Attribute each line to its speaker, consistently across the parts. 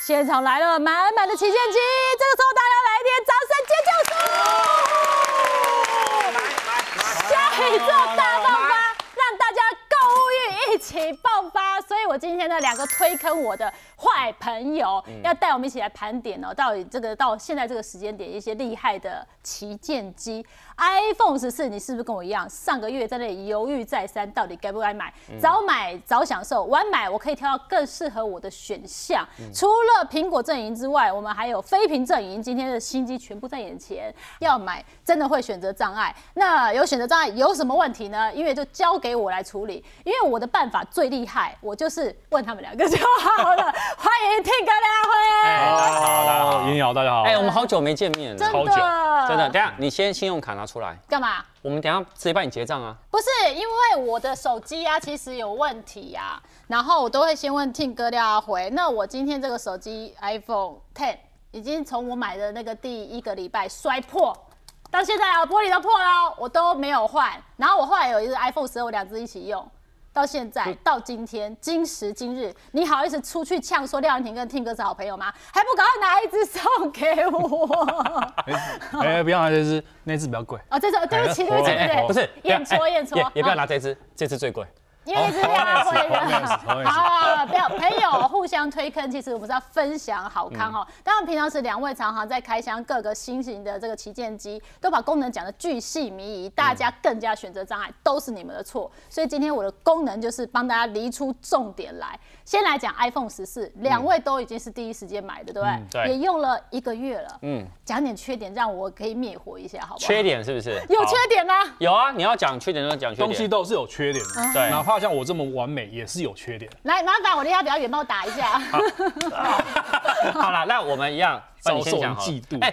Speaker 1: 现场来了满满的旗舰机，这个时候大家来一点掌声尖叫声，下一座大爆发，让大家购物欲一起爆发。所以我今天呢，两个推坑我的坏朋友，要带我们一起来盘点哦，到底这个到现在这个时间点一些厉害的旗舰机，iPhone 十四，你是不是跟我一样，上个月在那里犹豫再三，到底该不该买？早买早享受，晚买我可以挑到更适合我的选项。除了苹果阵营之外，我们还有非屏阵营，今天的新机全部在眼前，要买真的会选择障碍。那有选择障碍有什么问题呢？因为就交给我来处理，因为我的办法最厉害，我就是问他们两个就好了。 欢迎 T 哥亮辉，
Speaker 2: 大家好，大家好，
Speaker 3: 云瑶，大家好。
Speaker 2: 哎、我们好久没见面了，
Speaker 1: 真
Speaker 3: 好
Speaker 1: 的
Speaker 3: 久
Speaker 2: 真的。等一下，你先信用卡拿出来，
Speaker 1: 干嘛？
Speaker 2: 我们等一下直接帮你结账啊。
Speaker 1: 不是因为我的手机啊，其实有问题呀、然后我都会先问 Tim 哥廖阿回。那我今天这个手机 iPhone Ten 已经从我买的那个第一个礼拜摔破，到现在啊玻璃都破了哦，我都没有换。然后我后来有一只 iPhone 十二，我两只一起用。到现
Speaker 2: 嗯
Speaker 1: 在，到今天，今时今日，你好意思出去呛说廖安婷跟 Tim 哥是好朋友吗？还不赶快拿一只送给我？
Speaker 3: 哎、不要拿这只，那只比较贵。
Speaker 1: 哦，这种对不起，对不起，对
Speaker 3: 哎
Speaker 1: 不
Speaker 2: 不
Speaker 1: 起
Speaker 2: 是，
Speaker 1: 眼戳眼戳，
Speaker 2: 也也不要
Speaker 1: 嗯
Speaker 2: 拿这只，这只 最贵。
Speaker 1: 因为是大会的，
Speaker 3: 好
Speaker 1: 好，啊不要朋友互相推坑，其实我们是要分享好
Speaker 2: 嗯
Speaker 1: 康哦。当然，平常时两位常常在开箱各个新型的这个旗舰机，都把功能讲的巨细靡遗，大家更加选择障碍，都是你们的错。所以今天我的功能就是帮大家理出重点来。先来讲 iPhone 十四，两位都已经是第一时间买的，对不对？
Speaker 3: 对
Speaker 1: 也用了一个月了。嗯
Speaker 2: 嗯，
Speaker 1: 讲点缺点，让我可以灭火一下，好不好？
Speaker 2: 缺点是不是？
Speaker 1: 有
Speaker 2: 好
Speaker 1: 缺点吗？
Speaker 2: 有啊，你要讲缺点就讲缺
Speaker 3: 东西
Speaker 2: 点。
Speaker 3: 都是有缺点的，
Speaker 2: 对
Speaker 3: 哪怕像我这么完美，也是有缺点。
Speaker 1: 来，麻烦我的要不要远帮我打一下？
Speaker 2: 好了，那我们一样，那你先讲好了
Speaker 3: 遭受嫉妒
Speaker 2: 哎，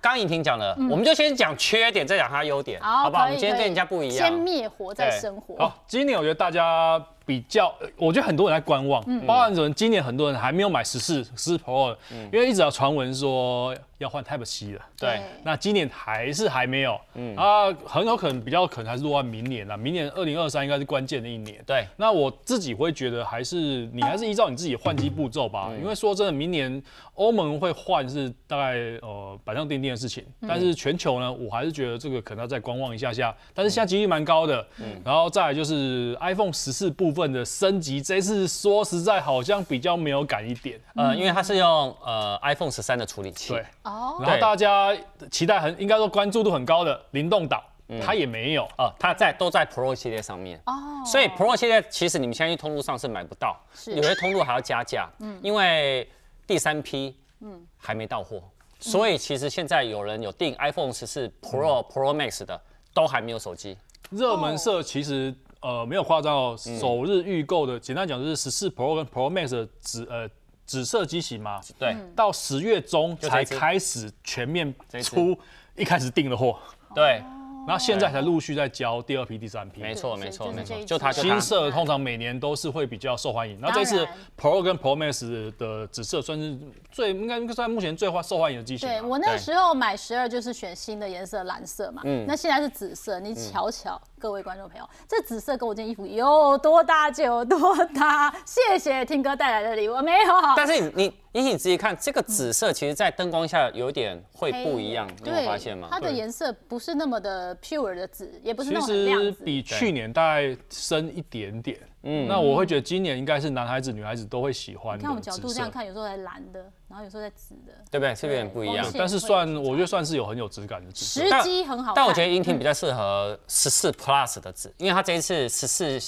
Speaker 2: 刚颖婷讲了，我们就先讲缺点，再讲它优点，
Speaker 1: 好，
Speaker 2: 嗯好不好？我
Speaker 1: 可
Speaker 2: 们
Speaker 1: 以
Speaker 2: 今天
Speaker 1: 可以
Speaker 2: 跟人家不一
Speaker 1: 先
Speaker 2: 样。
Speaker 1: 灭火再生活。
Speaker 3: 好，今年我觉得大家比较，呃我觉得很多人在观望，包含人今年很多人还没有买十四、十四 Pro，的因为一直有传闻说要换 Type C 了。
Speaker 2: 对
Speaker 3: 那今年还是还没有，啊，很有可能比较可能还是落在明年啦。明年二零二三应该是关键的一年。
Speaker 2: 对，
Speaker 3: 那我自己会觉得，还是你还是依照你自己的换机步骤吧，因为说真的，明年欧盟会换是大概呃板上钉钉的事情，但是全球呢，我还是觉得这个可能要再观望一下下，但是现在几率蛮高的。然后再来就是 iPhone 十四部分的升级，这次说实在好像比较没有感一点，
Speaker 2: 呃，因为它是用呃 iPhone 十三的处理器，
Speaker 3: 对。
Speaker 1: 哦，
Speaker 3: 然后大家期待很应该说关注度很高的灵动岛，它也没有。
Speaker 2: 哦，它在都在 Pro 系列上面
Speaker 1: 哦
Speaker 2: 哦，所以 Pro 系列其实你们现在去通路上是买不到，
Speaker 1: 是
Speaker 2: 有些通路还要加价，嗯，因为第三批嗯还没到货，所以其实现在有人有订 iPhone 十四 Pro、Pro Max 的，都还没有手机，
Speaker 3: 热门
Speaker 2: 哦
Speaker 3: 色其实呃没有夸张哦，
Speaker 2: 嗯
Speaker 3: 首日预购的，简单讲就是十四 Pro 跟 Pro Max 的紫呃紫色机型嘛，
Speaker 2: 对，
Speaker 1: 嗯
Speaker 3: 到十月中
Speaker 2: 就这
Speaker 3: 才
Speaker 2: 一支
Speaker 3: 开始全面
Speaker 2: 这一支
Speaker 3: 出，一开始订的货，
Speaker 1: 哦
Speaker 2: 对，
Speaker 3: 然后现在才陆续在交第二批、第三批。
Speaker 2: 没错
Speaker 1: 对
Speaker 2: 没错
Speaker 1: 所以就是
Speaker 2: 没
Speaker 1: 这一支
Speaker 2: 错，就它就它
Speaker 3: 新，色通常每年都是会比较受欢迎，那
Speaker 1: 当
Speaker 3: 这
Speaker 1: 然
Speaker 3: 次 Pro 跟 Pro Max 的紫色算是最应该算目前最欢受欢迎的机型啊。
Speaker 1: 对我那时候买十二就是选新的颜色蓝色嘛，那现在是紫色，你瞧瞧，各位观众朋友，这紫色跟我这件衣服有多搭就有多搭， 谢谢听哥带来的礼物，没有，
Speaker 2: 但是你你你仔细看这个紫色，其实在灯光下有点会不一样，你有
Speaker 1: 哎对
Speaker 2: 发现吗
Speaker 1: 它？的
Speaker 3: 对
Speaker 1: 颜色不是那么的 pure 的紫，也不是那
Speaker 3: 其
Speaker 1: 种很亮
Speaker 3: 实
Speaker 1: 紫，
Speaker 3: 比去年大概深一点点。嗯，那我会觉得今年应该是男孩子、女孩子都会喜欢
Speaker 1: 你
Speaker 3: 的。
Speaker 1: 看我们角度这样，看，有时候在蓝的，然后有时候在紫的，
Speaker 2: 对不对？是不是有点不一样
Speaker 1: 光？线
Speaker 3: 但是算我觉得算是有很有质感的紫色。
Speaker 1: 时
Speaker 2: 但
Speaker 1: 机很好看，
Speaker 2: 但我觉得英挺比较适合十四 Plus 的纸，因为它这一次十四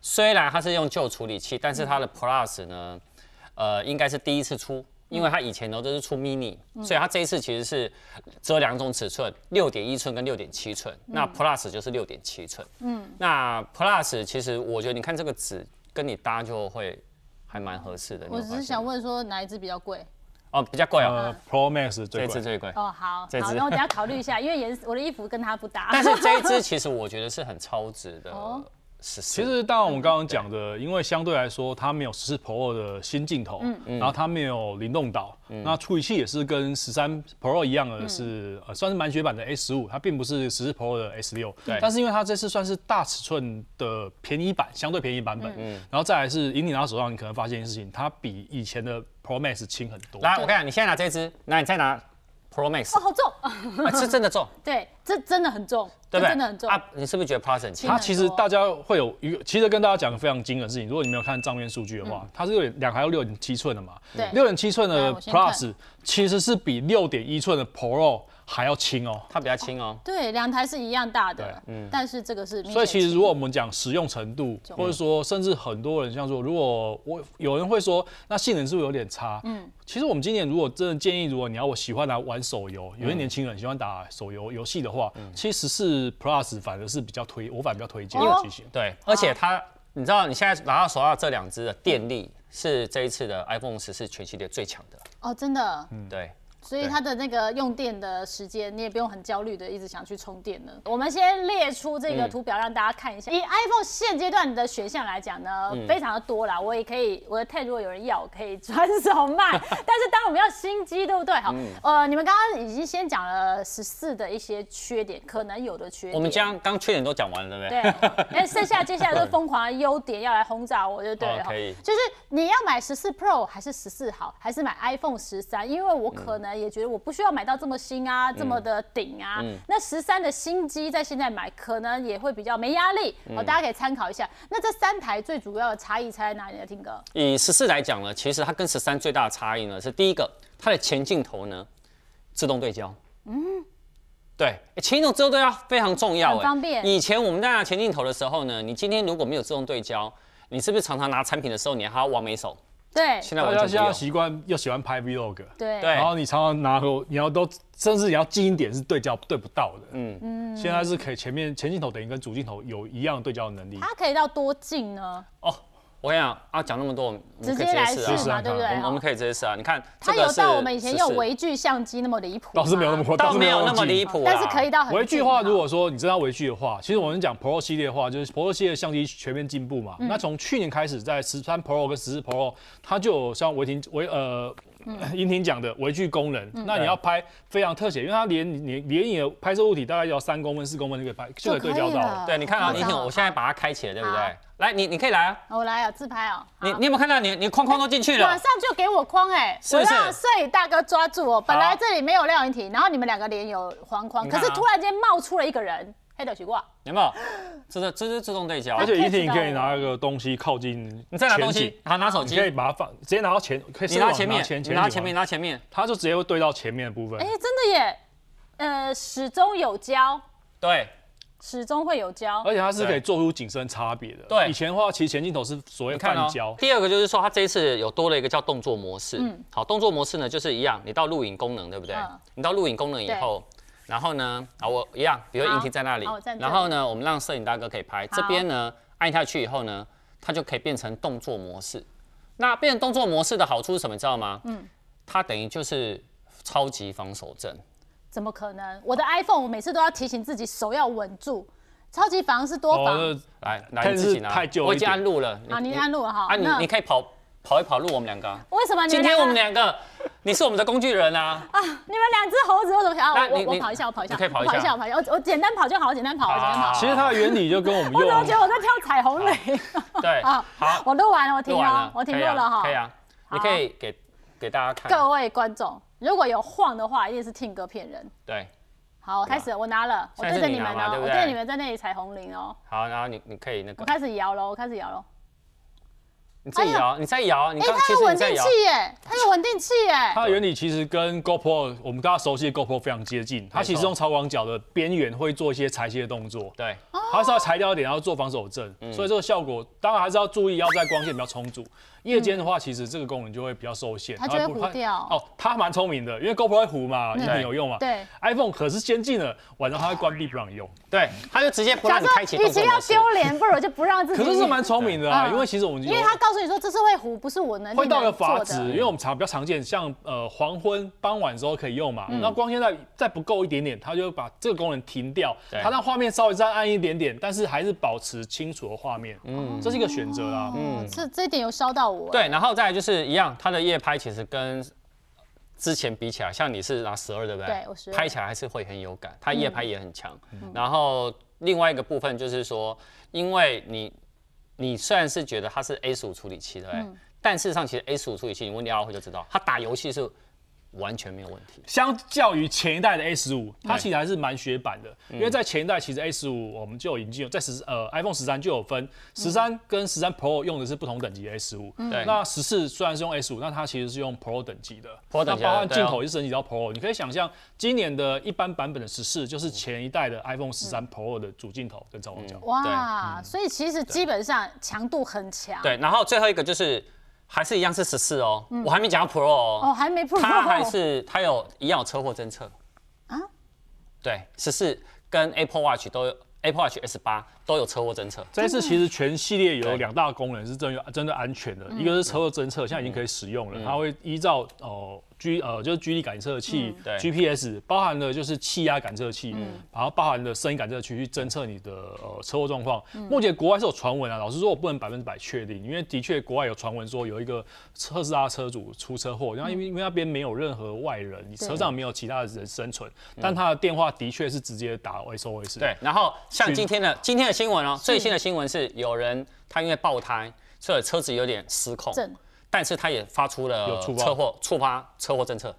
Speaker 2: 虽然它是用旧处理器，但是它的 Plus 呢，呃，应该是第一次出，因为它以前呢都是出 mini，、所以
Speaker 1: 嗯
Speaker 2: 它这一次其实是只有两种尺寸，六点一寸跟六点七寸。
Speaker 1: 嗯
Speaker 2: 那 Plus 就是六点七寸，嗯，那 Plus 其实我觉得你看这个纸跟你搭就会还蛮合适的。你有
Speaker 1: 我只
Speaker 2: 发
Speaker 1: 是
Speaker 2: 现
Speaker 1: 想
Speaker 2: 吗
Speaker 1: 问说哪一只比较贵？
Speaker 2: 哦，比较贵哦，
Speaker 3: 呃，Pro Max
Speaker 2: 这
Speaker 3: 最
Speaker 2: 一次
Speaker 3: 贵。
Speaker 2: 最贵。
Speaker 1: 哦，好，
Speaker 2: 这
Speaker 1: 好，
Speaker 2: 只
Speaker 1: 那我等一下考虑一下，因为颜色我的衣服跟它不搭。
Speaker 2: 但是这一支其实我觉得是很超值的
Speaker 1: 哦
Speaker 2: 十
Speaker 3: 其
Speaker 2: 四。
Speaker 3: 实，当然我们刚刚讲的，因为相对来说，它没有十四 Pro 的新镜头，然后它没有灵动岛，那处理器也是跟十三 Pro 一样的是，呃，算是满血版的 S 十五，它并不是十四 Pro 的 S 六。
Speaker 2: 对
Speaker 3: 但是因为它这次算是大尺寸的便宜版，相对便宜版本，然后再来是引你拿到手上，你可能发现一件事情，它比以前的。 Pro Max 轻很多。
Speaker 2: 来，我看你现在拿这支，那你再拿 Pro Max，
Speaker 1: 哦，好重，
Speaker 2: 啊是真 的重，
Speaker 1: 对，这真的很重，
Speaker 2: 对不
Speaker 1: 这
Speaker 2: 对？
Speaker 1: 真的很重。
Speaker 2: 啊，你是不是觉得 Plus 很轻
Speaker 1: 轻？
Speaker 3: 它其实大家会有一个，其实跟大家讲个非常惊人的事情，如果你没有看账面数据的话，它是六点两还有六点七寸的嘛，
Speaker 1: 嗯对
Speaker 3: 六点七寸
Speaker 1: 来
Speaker 3: 的
Speaker 1: 我先看
Speaker 3: Plus 其实是比六点一寸的 Pro 还要轻哦。
Speaker 2: 它比较轻哦。
Speaker 1: 对，两台是一样大的，
Speaker 2: 嗯
Speaker 1: 但是这个是明显轻，
Speaker 3: 所以其实如果我们讲使用程度，
Speaker 1: 重
Speaker 3: 或者说甚至很多人像说，如果我有人会说，那性能是不是有点差？嗯，其实我们今年如果真的建议，如果你要我喜欢来玩手游，有些年轻人喜欢打手游游戏的话，其实是 Plus 反而是比较推，我反而比较推荐
Speaker 1: 嗯哦
Speaker 3: 的机型。
Speaker 2: 对，而且它，你知道你现在拿到手上这两支的电力是这一次的 iPhone 十四全系列最强的。
Speaker 1: 哦，真的，
Speaker 2: 对，
Speaker 1: 所以它的那个用电的时间，你也不用很焦虑的一直想去充电了。我们先列出这
Speaker 2: 嗯
Speaker 1: 个图表让大家看一下。以 iPhone 现阶段的选项来讲呢，
Speaker 2: 嗯
Speaker 1: 非常的多啦。我也可以，我的 Ten 如果有人要，我可以转手 卖。但是当我们要新机，对不对？
Speaker 2: 嗯
Speaker 1: 好，呃，你们刚刚已经先讲了十四的一些缺点，可能有的缺点。
Speaker 2: 我们将刚缺点都讲完了，对不对？
Speaker 1: 对，那剩下接下来就是疯狂的优点要来轰炸我，就对了
Speaker 2: 哦。可以
Speaker 1: 就是你要买十四 Pro 还是十四好，还是买 iPhone 十三？因为我可能也觉得我不需要买到这么新
Speaker 2: 嗯
Speaker 1: 啊，这么的顶啊。那十三的新机在现在买，可能也会比较没压力。
Speaker 2: 嗯
Speaker 1: 哦，大家可以参考一下。那这三台最主要的差异差在哪里呢？啊听哥，
Speaker 2: 以十四来讲呢，其实它跟十三最大的差异呢是第一个，它的前镜头呢自动对焦。嗯，对，欸前镜头自动对焦非常重要，
Speaker 1: 很
Speaker 2: 欸
Speaker 1: 方便
Speaker 2: 以前我们在拿前镜头的时候呢，你今天如果没有自动对焦，你是不是常常拿产品的时候你还要往眉手？
Speaker 1: 对
Speaker 2: 现在
Speaker 3: 大
Speaker 2: 完
Speaker 3: 家
Speaker 2: 全
Speaker 3: 现在
Speaker 2: 不用。
Speaker 3: 习惯又喜欢拍 Vlog，
Speaker 1: 对
Speaker 2: 对
Speaker 3: 然后你常常拿和你要都，甚至你要近一点是对焦对不到的。嗯嗯，现在是可以前面前镜头等于跟主镜头有一样的对焦的能力。
Speaker 1: 它可以到多近呢？
Speaker 2: 哦，我跟你讲啊，讲那么多，我们我
Speaker 1: 直
Speaker 2: 们可以
Speaker 1: 接来
Speaker 2: 试
Speaker 1: 试
Speaker 2: 啊。
Speaker 3: 试
Speaker 1: 嘛，
Speaker 3: 啊
Speaker 1: 对不对
Speaker 2: 我？们我们
Speaker 1: 哦
Speaker 2: 可以直接试啊！你看，
Speaker 1: 它
Speaker 2: 这个
Speaker 1: 有到
Speaker 2: 是
Speaker 1: 我们以前用
Speaker 2: 14
Speaker 1: 微距相机那么离谱，
Speaker 3: 倒是没有那么夸，
Speaker 2: 倒
Speaker 3: 是
Speaker 2: 没有那
Speaker 3: 近
Speaker 2: 么离谱啊啦，
Speaker 1: 但是可以到很
Speaker 3: 微距
Speaker 1: 近啊
Speaker 3: 的话，
Speaker 1: 嘛
Speaker 3: 如果说你真的要微距的话，其实我们讲 Pro 系列的话，就是 Pro 系列相机全面进步嘛。
Speaker 1: 嗯
Speaker 3: 那从去年开始，在十三 Pro 跟十四 Pro，它就有像维婷维呃。英婷讲的微距功能，
Speaker 1: 嗯
Speaker 3: 那你要拍非常特写，因为它连你连你的拍摄物体大概要三公分、四公分就可以拍，就可以对焦
Speaker 1: 哦
Speaker 3: 到了。
Speaker 2: 对，你看啊，
Speaker 1: 你
Speaker 2: 你看，我现在把它开启了，对不
Speaker 1: 好
Speaker 2: 对？来，你你可以来啊，
Speaker 1: 我来啊，自拍哦。
Speaker 2: 你
Speaker 1: 好
Speaker 2: 你有没有看到你你框框都进去
Speaker 1: 马
Speaker 2: 了？
Speaker 1: 上就给我框哎、
Speaker 2: 是不是
Speaker 1: 我让摄影大哥抓住我。本来这里没有廖云婷，然后你们两个脸有黄框，
Speaker 2: 你
Speaker 1: 可
Speaker 2: 看啊
Speaker 1: 是突然间冒出了一个人，黑的奇怪，
Speaker 2: 有没有？这是这是自动对焦
Speaker 3: 而，且
Speaker 1: 可以
Speaker 3: 英婷
Speaker 1: 知道
Speaker 3: 可以
Speaker 1: 了
Speaker 3: 拿一个东西靠近，
Speaker 2: 你再拿东西，，好拿手
Speaker 3: 你可以
Speaker 2: 机，
Speaker 3: 把它放，直接拿到前，可以
Speaker 2: 你
Speaker 3: 伸
Speaker 2: 拿
Speaker 3: 往
Speaker 2: 前面，
Speaker 3: 前
Speaker 2: 你拿前
Speaker 3: 景
Speaker 2: 面，
Speaker 3: 往，
Speaker 2: 拿前面，
Speaker 3: 它就直接会对到前面的部分
Speaker 1: 哎、。真的耶，呃，始终有胶，
Speaker 2: 对
Speaker 1: 始终会有胶。
Speaker 2: 哎
Speaker 3: 而且它是可
Speaker 2: 对
Speaker 3: 以做出景深差别的。
Speaker 2: 对
Speaker 3: 以前的话，其实前镜头是所谓
Speaker 2: 你看
Speaker 3: 半
Speaker 2: 哦
Speaker 3: 焦。
Speaker 2: 第二个就是说，它这一次有多了一个叫动作模式。好，动作模式呢就是一样，你到录影功能，对不对
Speaker 1: 嗯？
Speaker 2: 你到录影功能以后，然后呢，啊，我一样，比如
Speaker 1: 好
Speaker 2: 影停在那里
Speaker 1: 好我站，这
Speaker 2: 然后呢，我们让摄影大哥可以拍，
Speaker 1: 好
Speaker 2: 这边呢按下去以后呢，它就可以变成动作模式。那变成动作模式的好处是什么？你知道吗？嗯，它等于就是超级防守阵。
Speaker 1: 怎么可能？我的 iPhone 我每次都要提醒自己手要稳住，超级防是多防、
Speaker 3: 哦，
Speaker 2: 来，来
Speaker 3: 但
Speaker 2: 你
Speaker 3: 是
Speaker 2: 自己拿
Speaker 3: 太旧，了
Speaker 2: 我
Speaker 3: 一
Speaker 2: 已经
Speaker 3: 点
Speaker 2: 按录了。
Speaker 1: 啊！你按路了哈，
Speaker 2: 啊，你
Speaker 1: 那
Speaker 2: 你可以跑跑一跑录我们两个啊。
Speaker 1: 为什么你
Speaker 2: 今天
Speaker 1: 两个
Speaker 2: 我们两个，你是我们的工具 人啊。
Speaker 1: 啊，你们两只猴子，我怎么想？啊
Speaker 2: 那
Speaker 1: 我
Speaker 2: 你
Speaker 1: 我
Speaker 2: 你
Speaker 1: 跑一下，我跑一下，
Speaker 2: 你可以跑
Speaker 1: 我
Speaker 2: 一
Speaker 1: 跑一下，
Speaker 2: 下
Speaker 1: 我跑一下，我我简单跑就好，我简单跑，我简单跑。
Speaker 2: 好
Speaker 3: 其实它的原理就跟我们
Speaker 1: 我怎么
Speaker 3: 用
Speaker 1: 觉得我在跳彩虹雷？
Speaker 2: 对，
Speaker 1: 啊
Speaker 2: 好，
Speaker 1: 我录完了，我停
Speaker 2: 录完
Speaker 1: 了
Speaker 2: 了，，
Speaker 1: 我停
Speaker 2: 可以
Speaker 1: 录
Speaker 2: 啊
Speaker 1: 了哈。
Speaker 2: 可以啊，你可以给给大家看。
Speaker 1: 各位观众，如果有晃的话，一定是听歌骗人。
Speaker 2: 对，啊
Speaker 1: 好，我开始，我拿了，我
Speaker 2: 现在
Speaker 1: 对
Speaker 2: 是
Speaker 1: 着
Speaker 2: 你
Speaker 1: 你们
Speaker 2: 拿嘛
Speaker 1: 哦，
Speaker 2: 对
Speaker 1: 我
Speaker 2: 不
Speaker 1: 对
Speaker 2: 对
Speaker 1: 着你们在那里踩红绫哦，
Speaker 2: 好，然后你你可以那
Speaker 1: 我
Speaker 2: 个，
Speaker 1: 开始摇喽，我开始摇喽。
Speaker 2: 你自己摇，你再摇，你
Speaker 1: 哎，
Speaker 2: 刚
Speaker 1: 它
Speaker 2: 其
Speaker 1: 有
Speaker 2: 实
Speaker 1: 稳
Speaker 2: 你在
Speaker 1: 定
Speaker 2: 摇
Speaker 1: 器。耶，它有稳定器耶。
Speaker 3: 它的原理其实跟 GoPro 我们大家熟悉的 GoPro 非常接近，它其实用超广角的边缘会做一些裁切的动作，
Speaker 2: 对，
Speaker 1: 哦
Speaker 2: 嗯
Speaker 3: 它是要裁掉一点，然后做防守阵，所以这个效果当然还是要注意，要在光线比较充足。夜间的话，其实这个功能就会比较受限，
Speaker 1: 嗯它就会
Speaker 3: 不
Speaker 1: 糊掉嗯
Speaker 3: 哦，它蛮聪明的，因为 GoPro 会糊嘛，一定有用嘛。
Speaker 1: 对
Speaker 3: ，iPhone 可是先进了，晚上它会关闭不让你用。
Speaker 2: 对，他就直接不
Speaker 1: 假
Speaker 2: 让你开
Speaker 1: 设
Speaker 2: 启
Speaker 1: 与
Speaker 2: 动
Speaker 1: 其
Speaker 2: 作
Speaker 1: 要
Speaker 2: 模式。
Speaker 1: 丢脸，不如就不让自 己。
Speaker 3: 可是是蛮聪明的啊，
Speaker 1: 嗯
Speaker 3: 因为其实我们有
Speaker 1: 因为他告诉你说这是会糊，不是我能力
Speaker 3: 会到
Speaker 1: 能
Speaker 3: 了
Speaker 1: 做
Speaker 3: 阀值，因
Speaker 1: 的。
Speaker 3: 为我们常比较常见，像呃黄昏、傍晚的时候可以用嘛。
Speaker 1: 嗯
Speaker 3: 那光线再再不够一点点，它就会把这个功能停掉，
Speaker 2: 对
Speaker 3: 它让画面稍微再暗一点点，但是还是保持清楚的画面。嗯，这是一个选择啦。
Speaker 1: 嗯，这这一点有烧到我。，
Speaker 2: 对，然后再来就是一样，它的夜拍其实跟之前比起来，像你是拿十二对嗯不对？
Speaker 1: 对我12
Speaker 2: 拍起来还是会很有感，它夜拍也很强。然后另外一个部分就是说，因为你你虽然是觉得它是 A 十五处理器对不对？但事实上，其实 A 十五处理器，你问李奥会就知道，它打游戏是完全没有问题。
Speaker 3: 相较于前一代的 A 十五，它其实还是蛮雪板的，
Speaker 2: 嗯
Speaker 3: 因为在前一代其实 A 十五我们就已经有在十呃 iPhone 十三就有分十三
Speaker 2: 嗯
Speaker 3: 跟十三 Pro 用的是不同等级的 A 十五，
Speaker 2: 对
Speaker 3: 那十四虽然是用 A 十五，那它其实是用 Pro 等级的
Speaker 2: Pro 等级的
Speaker 3: 那包含
Speaker 2: 对
Speaker 3: 镜
Speaker 2: 啊
Speaker 3: 头也是升级到 Pro，你可以想象今年的一般版本的十四就是前一代的 iPhone 十
Speaker 2: 嗯
Speaker 3: 三 Pro 的主镜头跟超广角。
Speaker 1: 哇，所以其实基本上强度很强。
Speaker 2: 对，然后最后一个就是还是一样是十四哦，我还没讲到 Pro 哦，
Speaker 1: 哦，还没 Pro，
Speaker 2: 它还是它有一样有车祸侦测啊，对，十四跟 Apple Watch 都有 Apple Watch S 八都有车祸侦测，
Speaker 3: 这一次其实全系列有
Speaker 2: 对
Speaker 3: 两大功能是针对针对安全的，一个是车祸侦测，现
Speaker 2: 嗯
Speaker 3: 在已经可以使用了，它会依照哦。G 呃就是居力感测器、
Speaker 2: 对
Speaker 3: GPS 包含了就是气压感测器，然后包含了声音感测器去侦测你的呃车祸状况。目前国外是有传闻啊，老实说我不能百分之百确定，因为的确国外有传闻说有一个特斯拉车主出车祸，然后因为因为那边没有任何外人，你车上没有其他的人生存，但他的电话的确是直接打 SOS 的。
Speaker 2: 嗯对，然后像
Speaker 3: 是
Speaker 2: 今天的今天的新闻哦，最新的新闻是有人他因为爆胎，所以车子有点失控
Speaker 1: 震，
Speaker 2: 但是他也发出
Speaker 3: 有
Speaker 2: 了
Speaker 3: 触发
Speaker 2: 车祸触发车祸侦测，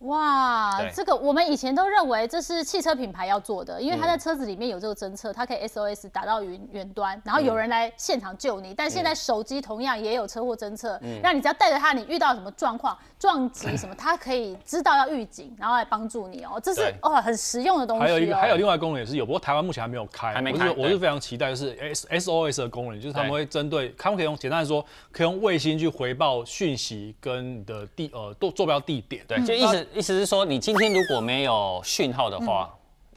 Speaker 1: 哇
Speaker 2: 对，
Speaker 1: 这个我们以前都认为这是汽车品牌要做的，因为它在车子里面有这个侦测，它
Speaker 3: 嗯
Speaker 1: 可以 SOS 打到云远端，然后有人来现场救你。但现在手机同样也有车祸侦测，
Speaker 3: 嗯
Speaker 1: 让你只要带着它，你遇到什么状况、撞击什么，它可以知道要预警，然后来帮助你哦。这是
Speaker 2: 对
Speaker 1: 哦很实用的东西哦。
Speaker 3: 还有一个还有另外一个功能也是有，不过台湾目前还没有开。
Speaker 2: 还没
Speaker 3: 我
Speaker 2: 开
Speaker 3: 是我是
Speaker 2: 对
Speaker 3: 非常期待，就是 S S O S 的功能，就是他们
Speaker 2: 对
Speaker 3: 会针对他们可以用简单的说，可以用卫星去回报讯息跟你的地呃坐坐标地点。
Speaker 1: 嗯
Speaker 2: 对，就意思意思是说你今天如果没有讯号的
Speaker 1: 嗯
Speaker 2: 话，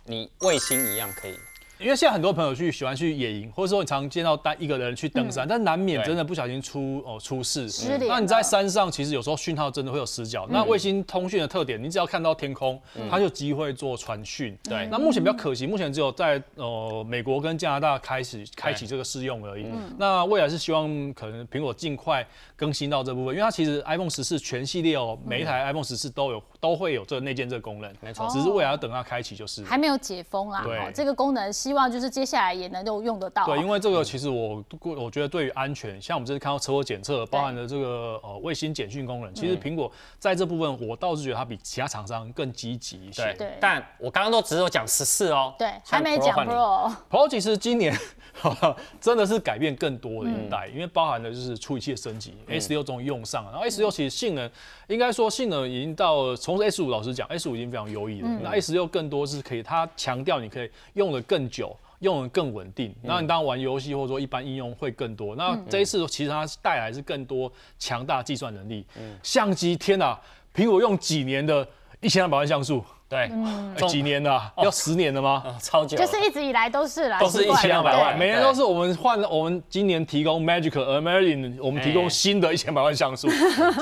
Speaker 2: 你卫星一样可以。
Speaker 3: 因为现在很多朋友去喜欢去野营，或者说你常见到单一个人去登山，但难免
Speaker 2: 对
Speaker 3: 真的不小心出哦、出事。
Speaker 1: 嗯失联
Speaker 3: 那你
Speaker 1: 了嗯
Speaker 3: 在山上，其实有时候讯号真的会有死角。那卫星通讯的特点，你只要看到天空，
Speaker 2: 嗯
Speaker 3: 它就有机会做传讯。
Speaker 1: 嗯
Speaker 2: 对
Speaker 3: 那目前比较可惜，目前只有在呃美国跟加拿大开始开启这个试用而已。
Speaker 2: 嗯
Speaker 3: 那未来是希望可能苹果尽快更新到这部分，因为它其实 iPhone 十四全系列
Speaker 1: 嗯
Speaker 3: 哦，每一台 iPhone 十四都有都会有这个内建这个功能，
Speaker 2: 没错
Speaker 3: 只是未来要等它开启就是了。
Speaker 1: 还没有解封啦，
Speaker 3: 对
Speaker 1: 哦，这个功能希望就是接下来也能够用得到哦。
Speaker 3: 对，因为这个其实我我觉得对于安全，像我们这次看到车祸检测，包含了这个呃卫星简讯功能，其实苹果在这部分我倒是觉得它比其他厂商更积极一些。
Speaker 1: 对
Speaker 2: 但我刚刚都只有讲十四哦，
Speaker 1: 对，
Speaker 2: 像
Speaker 1: 还没讲
Speaker 2: 换你
Speaker 1: Pro。
Speaker 3: Pro 其实今年 真的是改变更多的一代，因为包含了就是处理器的升级，S 6终于用上了。然后 S 6其实性能，应该说性能已经到从 S 5老实讲，S 5已经非常优异了。那 S 6更多是可以，它强调你可以用的更久。用的更稳定，那你当然玩游戏或者说一般应用会更多。那这一次其实它带来是更多强大计算能力，相机天哪、苹果用几年的一千两百万像素，
Speaker 2: 对，
Speaker 3: 哎
Speaker 2: 中
Speaker 3: 几年的、啊？要十年了吗？
Speaker 2: 呃 超久了，
Speaker 1: 嗯就是一直以来都是啦，
Speaker 2: 都是
Speaker 1: 习惯了
Speaker 2: 1200
Speaker 1: 对
Speaker 2: 万
Speaker 3: 每年都是我们换，我们今年提供 Magic a m e r i c a 我们提供新的一千百万像素，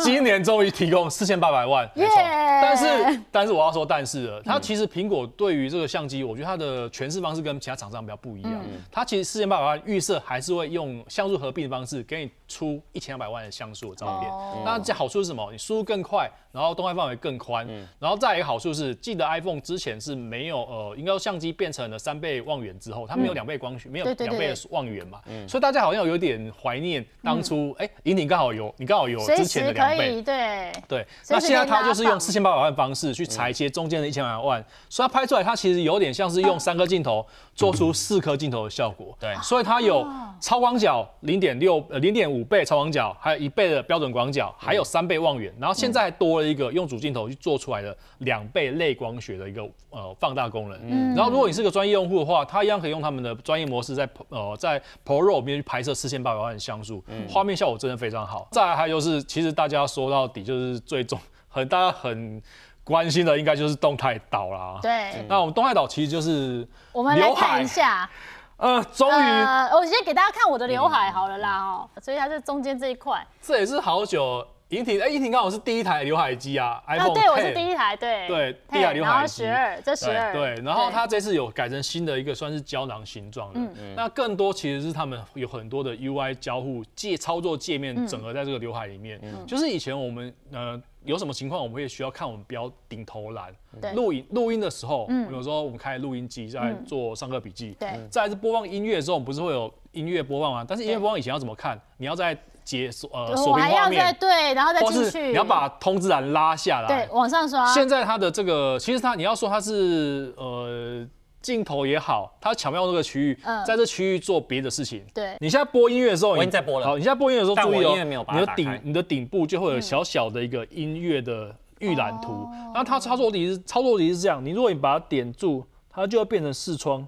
Speaker 3: 今年终于提供四千八百万，
Speaker 1: 耶
Speaker 3: 但是但是我要说但是了，它其实苹果对于这个相机，我觉得它的诠释方式跟其他厂商比较不一样，
Speaker 1: 嗯
Speaker 3: 它其实四千八百万预设还是会用像素合并的方式给你出一千两百万的像素的照片
Speaker 1: 哦，
Speaker 3: 那这好处是什么？你输入更快，然后动态范围更宽，
Speaker 1: 嗯
Speaker 3: 然后再来一个好处是，记得 iPhone 之前是没有呃，应该说相机变成了三倍望远之后，它没有两倍光学，没有
Speaker 1: 嗯对嗯对对
Speaker 3: 两倍的
Speaker 1: 对
Speaker 3: 望远嘛，所以大家好像有点怀念当初，哎，莹婷刚好有，你刚好有
Speaker 1: 嗯随
Speaker 3: 之前
Speaker 1: 时
Speaker 3: 的
Speaker 1: 可
Speaker 3: 两倍
Speaker 1: 以，对，
Speaker 3: 对，
Speaker 1: 随
Speaker 3: 那
Speaker 1: 时
Speaker 3: 现在
Speaker 1: 可以拉
Speaker 3: 它就是用
Speaker 1: 放
Speaker 3: 四千八百万方式去裁切中间的一千两万，所以它拍出来，它其实有点像是用三颗镜头做出四颗镜头的效果。
Speaker 2: 对
Speaker 3: 所以它有超广角零点六呃零点五倍超广角，还有一倍的标准广角，还有三倍望远，然后现在还多了一个用主镜头去做出来的两倍类光学的一个呃放大功能。然后如果你是个专业用户的话，它一样可以用他们的专业模式在呃在 Pro 里面去拍摄四千八百万的像素，画面效果真的非常好。再来还有就是，其实大家说到底就是最重很大家很关心的应该就是动态岛啦。
Speaker 1: 对，
Speaker 3: 那我们动态岛其实就是
Speaker 1: 我们来
Speaker 3: 嗯刘海
Speaker 1: 看一下。
Speaker 3: 呃，终于嗯
Speaker 1: 呃，我先给大家看我的刘海好了啦哦，所以它这中间这一块，
Speaker 3: 这也是好久。莹婷，哎，莹婷刚好是第一台刘海机啊
Speaker 1: 啊，
Speaker 3: ，iPhone
Speaker 1: 对，我是
Speaker 3: X
Speaker 1: 第一台，对，
Speaker 3: 对
Speaker 1: Ten，
Speaker 3: 第一台刘海
Speaker 1: 然后
Speaker 3: 机
Speaker 1: 十二，这十二，
Speaker 3: 哎对，然后
Speaker 1: 对嗯
Speaker 3: 它这次有改成新的一个算是胶囊形状的，那更多其实是他们有很多
Speaker 1: 嗯
Speaker 3: 的 UI 交互界操作界面整合在这个刘海里面，就是以前我们呃。有什么情况，我们也需要看我们标顶头栏
Speaker 1: 嗯对。嗯
Speaker 3: 录音录音的时候，有时候我们开录音机在做上课笔记。
Speaker 1: 对嗯
Speaker 3: 再来是播放音乐的时候，我们不是会有音乐播放吗？但是音乐播放以前要怎么看？你要在解锁呃
Speaker 1: 我
Speaker 3: 锁屏
Speaker 1: 还
Speaker 3: 画
Speaker 1: 要再
Speaker 3: 面，
Speaker 1: 对，然后再
Speaker 3: 或
Speaker 1: 进
Speaker 3: 是
Speaker 1: 去，
Speaker 3: 你要把通知栏拉下来。
Speaker 1: 对往上刷，
Speaker 3: 现在它的这个，其实它你要说它是呃镜头也好，它巧妙这个区域，
Speaker 1: 嗯
Speaker 3: 在这区域做别的事情。
Speaker 1: 对
Speaker 3: 你现在播音乐的时候，
Speaker 2: 我已经在播了
Speaker 3: 好，你现在播音乐的时
Speaker 2: 但
Speaker 3: 候注意
Speaker 2: 我
Speaker 3: 哦
Speaker 2: 音乐没有，把它
Speaker 3: 你的
Speaker 2: 打开
Speaker 3: 顶你的顶部就会有小小的一个音乐的预览图。那它操作题是操作题是这样，你如果你把它点住，它就会变成视窗，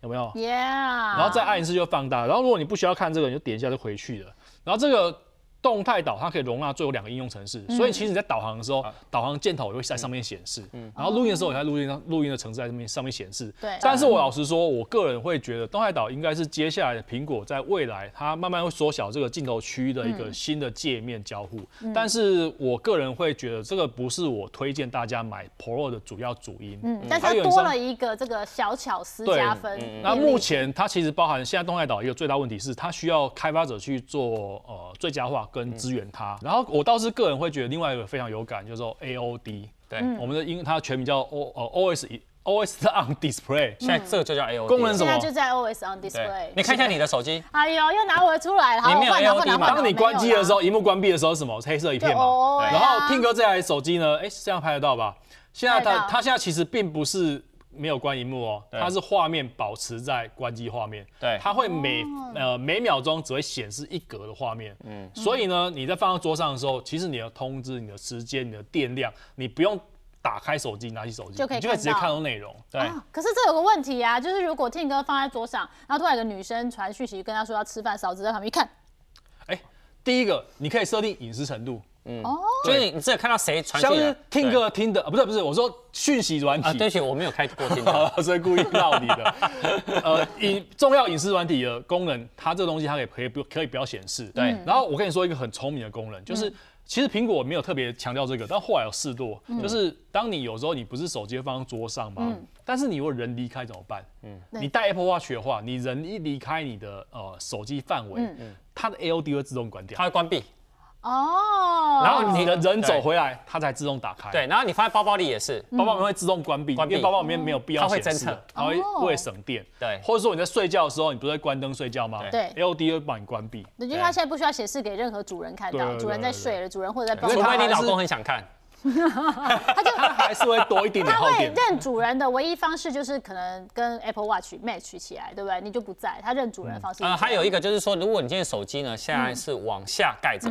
Speaker 3: 有没有？
Speaker 1: ，Yeah，
Speaker 3: 然后再按一次就放大。然后如果你不需要看这个，你就点一下就回去了。然后这个动态导它可以容纳最后两个应用程式，
Speaker 1: 嗯
Speaker 3: 所以其实你在导航的时候，导航箭头也会在上面显示。然后录音的时候也在录音上录音的程式在上面上面显示。
Speaker 1: 嗯对
Speaker 3: 但是我老实说，我个人会觉得动态导应该是接下来苹果在未来它慢慢会缩小这个镜头区域的一
Speaker 1: 嗯
Speaker 3: 个新的界面交互。但是我个人会觉得这个不是我推荐大家买 Pro 的主要主因。
Speaker 1: 嗯，但是
Speaker 3: 它
Speaker 1: 它
Speaker 3: 有
Speaker 1: 多
Speaker 3: 点
Speaker 1: 了
Speaker 3: 像
Speaker 1: 一个这个小巧思
Speaker 3: 对嗯
Speaker 1: 加分，
Speaker 3: 那
Speaker 1: 便利
Speaker 3: 目前它其实包含现在动态岛一个最大问题是，它需要开发者去做呃最佳化跟支援它。嗯然后我倒是个人会觉得另外一个非常有感，就是说 AOD，
Speaker 2: 对，
Speaker 3: 我们的英它全名叫 O 呃 OS OS on Display。
Speaker 2: 现在这个就叫 A
Speaker 3: 嗯
Speaker 2: O
Speaker 3: 功能什
Speaker 1: 现
Speaker 3: 么
Speaker 1: 在就在 OS on
Speaker 2: 对
Speaker 1: display，，
Speaker 2: 你看一下你的手机，
Speaker 1: 哎呦，又拿我的出来了，好，
Speaker 2: 你没有
Speaker 1: 我换拿换
Speaker 2: AOD
Speaker 1: 拿
Speaker 2: 吗
Speaker 1: 换拿，
Speaker 3: 当你关机的时候，荧幕关闭的时候，是什么黑色一
Speaker 1: 对，
Speaker 3: 片嘛？
Speaker 1: 哦
Speaker 2: 对
Speaker 3: 然后
Speaker 1: 对啊
Speaker 3: 听哥这台手机呢，哎，是这样拍得到吧？现在
Speaker 1: 拍得
Speaker 3: 它
Speaker 1: 到
Speaker 3: 它现在其实并不是没有关荧幕哦，它是画面保持在关机画面，
Speaker 2: 对
Speaker 3: 它会每
Speaker 1: 哦
Speaker 3: 呃每秒钟只会显示一格的画面，嗯，所以呢，你在放到桌上的时候，其实你的通知、你的时间、你的电量，你不用打开手机拿起手机，
Speaker 1: 就可以
Speaker 3: 你就可以直接
Speaker 1: 看到
Speaker 3: 看到内容，对。
Speaker 1: 啊可是这有个问题啊，就是如果 Tim 哥放在桌上，然后突然有个女生传讯息跟他说要吃饭，嫂子在旁边一看，
Speaker 3: 哎，第一个你可以设定隐私程度，
Speaker 1: 哦，
Speaker 2: 就是你你只有看到谁传
Speaker 3: 像
Speaker 2: 讯
Speaker 3: 是
Speaker 2: 的，
Speaker 3: 听歌听的，啊不是不是，我说讯息软
Speaker 2: 啊，
Speaker 3: 体
Speaker 2: 对，不起，我没有开过 听的，
Speaker 3: 啊所以故意闹你 的。呃，隐重要隐私软体的功能，它这个东西它可以可以不可以不要显示？
Speaker 2: 对
Speaker 3: 然后我跟你说一个很聪明的功能，
Speaker 2: 嗯
Speaker 3: 就是。其实苹果没有特别强调这个，但后来有试过，
Speaker 2: 嗯
Speaker 3: 就是当你有时候你不是手机放在桌上嘛，但是你如果人离开怎么办？
Speaker 2: 嗯
Speaker 3: 你带 Apple Watch 的话，你人一离开你的呃手机范围，
Speaker 2: 嗯
Speaker 3: 它的 AOD 会自动关掉
Speaker 2: 它，会关闭。
Speaker 1: 哦，
Speaker 3: 然后你的人
Speaker 2: 对
Speaker 3: 走回来，它才自动打开。
Speaker 2: 对，然后你放在包包里也是，
Speaker 3: 包包里面会自动关闭，
Speaker 2: 关闭
Speaker 3: 因为包包里面没有必要
Speaker 2: 它会
Speaker 3: 显示
Speaker 2: 侦测
Speaker 3: 的，它会
Speaker 1: 哦
Speaker 3: 为了省电。
Speaker 2: 对
Speaker 3: 或者说你在睡觉的时候，你不是在关灯睡觉吗？
Speaker 1: 对
Speaker 3: ，L D 会帮你关闭。
Speaker 1: 因为他现在不需要显示给任何主人看
Speaker 3: 对
Speaker 1: 到，
Speaker 3: 对
Speaker 1: 主人在
Speaker 3: 对对
Speaker 1: 睡了，主人或者在包
Speaker 3: 因
Speaker 2: 除
Speaker 3: 为它
Speaker 2: 非你
Speaker 3: 还
Speaker 2: 老
Speaker 3: 是
Speaker 2: 公很想看，
Speaker 3: 它还是会多一点点
Speaker 1: 他
Speaker 3: 耗
Speaker 1: 会
Speaker 3: 电。
Speaker 1: 认主人的唯一方式就是可能跟 Apple Watch match 起来，对不对？你就不在，他认
Speaker 3: 嗯
Speaker 1: 主人的方
Speaker 3: 啊
Speaker 1: 式。
Speaker 2: 呃，还有一
Speaker 1: 个，
Speaker 2: 个就是说，如果你今天手机呢现在是往下盖着，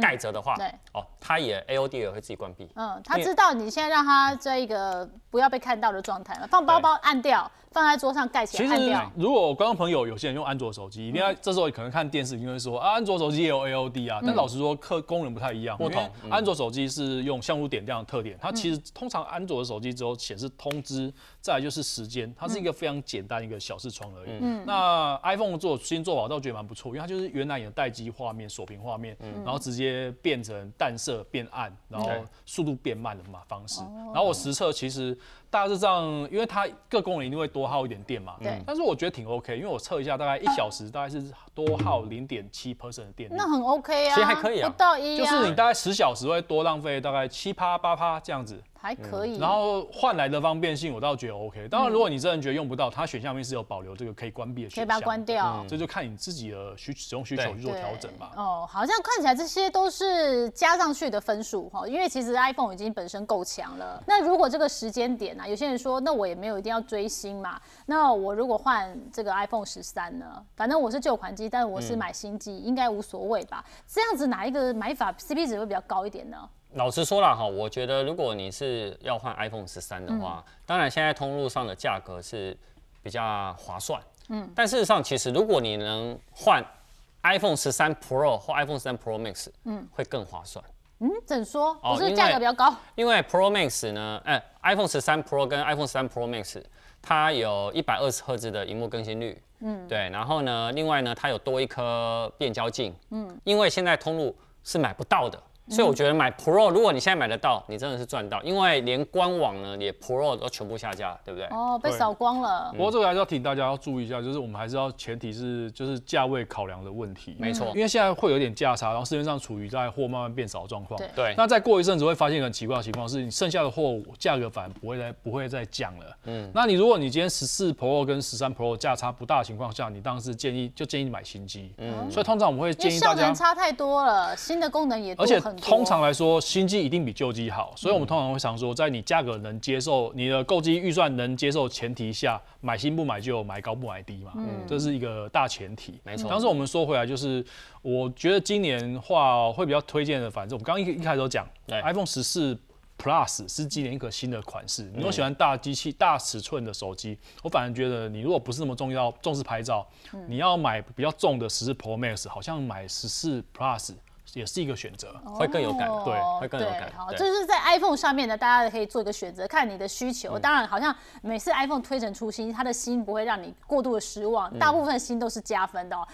Speaker 2: 盖着的话
Speaker 1: 对，
Speaker 2: 哦，它也 AOD 也会自己关闭。
Speaker 1: 嗯，他知道你现在让他在一个不要被看到的状态嘛，放包包按掉，放在桌上盖起
Speaker 3: 其
Speaker 1: 来
Speaker 3: 实
Speaker 1: 按掉。，
Speaker 3: 如果观众朋友有些人用安卓手机，一定
Speaker 1: 嗯
Speaker 3: 要这时候可能看电视，一定会说啊，安卓手机也有 AOD 啊。但老实说，各功能不太一样，
Speaker 2: 不同。嗯
Speaker 3: 安卓手机是用像素点亮的特点，它其
Speaker 1: 嗯
Speaker 3: 实通常安卓的手机只有显示通知，再来就是时间，它是一个非常简单一个小视窗而已。
Speaker 2: 嗯
Speaker 1: 嗯
Speaker 3: 那 iPhone 做新做法，我倒觉得蛮不错，因为它就是原来有待机画面、锁屏画面，
Speaker 1: 嗯
Speaker 3: 然后直接变成淡色、变暗，然后
Speaker 2: 对
Speaker 3: 速度变慢的嘛方式。
Speaker 1: 哦
Speaker 3: 然后我实测其实大致上，因为它各功能一定会多耗一点电嘛，
Speaker 1: 对
Speaker 3: 但是我觉得挺 OK，因为我测一下，大概一小时大概是多耗零点七 percent 的电力
Speaker 1: 那。很 OK 啊，
Speaker 2: 其实还可以啊
Speaker 1: 不到一
Speaker 3: 就
Speaker 1: 啊，
Speaker 3: 是你大概十小时会多浪费大概七趴八趴这样子，
Speaker 1: 还可以。
Speaker 3: 嗯然后换来的方便性我倒觉得 OK。当然，如果你真的觉得用不到，它选项面是有保留这个可以关闭的选
Speaker 1: 可以
Speaker 3: 项，
Speaker 1: 把它关。掉。
Speaker 3: 这就看你自己的需使用需求
Speaker 2: 嗯对
Speaker 3: 去
Speaker 1: 对
Speaker 3: 做调整吧。
Speaker 1: 哦，好像看起来这些都是加上去的分数哈，因为其实 iPhone 已经本身够强了。那如果这个时间点呢、啊，有些人说，那我也没有一定要追星嘛。那我如果换这个 iPhone 十三呢？反正我是旧款机，但是我
Speaker 3: 嗯
Speaker 1: 是买新机，应该无所谓吧？这样子哪一个买法 CP 值会比较高一点呢？
Speaker 2: 老实说了哈，我觉得如果你是要换 iPhone 十三的话，当然现在通路上的价格是比较划算，嗯，但事实上其实如果你能换 iPhone 十三 Pro 或 iPhone 十三 Pro Max，嗯，会更划算，
Speaker 1: 嗯，怎说？
Speaker 2: 哦
Speaker 1: 不是价格比较高？
Speaker 2: 因为 Pro Max 呢，哎、i p h o n e 十三 Pro 跟 iPhone 十三 Pro Max，它有一百二十赫兹的荧幕更新率，嗯，对，然后呢，另外呢，它有多一颗变焦镜，嗯，因为现在通路是买不到的，所以我觉得买 Pro，如果你现在买得到，你真的是赚到，因为连官网呢也 Pro 都全部下架，对不
Speaker 3: 哎
Speaker 2: 对？
Speaker 1: 哦，被扫光了
Speaker 3: 不。过这个还是要提醒大家要注意一下，就是我们还是要前提是就是价位考量的问题，
Speaker 2: 没错
Speaker 3: 因为现在会有点价差，然后市面上处于在货慢慢变少的状况。
Speaker 1: 对
Speaker 2: 对
Speaker 3: 那再过一阵子会发现一个很奇怪的情况，是你剩下的货价格反而不会再不会再降了。嗯，那你如果你今天十四 Pro 跟十三 Pro 价差不大的情况下，你当然是建议就建议你买新机。嗯，所以通常我们会
Speaker 1: 因为
Speaker 3: 建议
Speaker 1: 效
Speaker 3: 大家
Speaker 1: 能。差太多了，新的功能也多
Speaker 3: 而且
Speaker 1: 很多。
Speaker 3: 通常来说，新机一定比旧机好，所以我们通常会常说，在你价格能接受、你的购机预算能接受前提下，买新不买旧，买高不买低嘛，这是一个大前提。
Speaker 2: 嗯没错
Speaker 3: 当时我们说回来，就是我觉得今年话会比较推荐的，反正我们刚刚一一开始都讲
Speaker 2: 对
Speaker 3: ，iPhone 十四 Plus 是今年一个新的款式。你如果喜欢大机器、大尺寸的手机，我反而觉得你如果不是那么重要重视拍照，
Speaker 2: 嗯
Speaker 3: 你要买比较重的十四 Pro Max，好像买十四 Plus 也是一个选择。
Speaker 2: 会更有感
Speaker 3: 对
Speaker 2: 会更有感
Speaker 1: 哦对好，
Speaker 2: 对
Speaker 1: 这是在 iPhone 上面呢，大家可以做一个选择，看你的需
Speaker 2: 嗯
Speaker 1: 求。当然，好像
Speaker 2: 嗯
Speaker 1: 每次 iPhone 推陈出新，它的新不会让你过度的失望，大部分新都是加分的哦。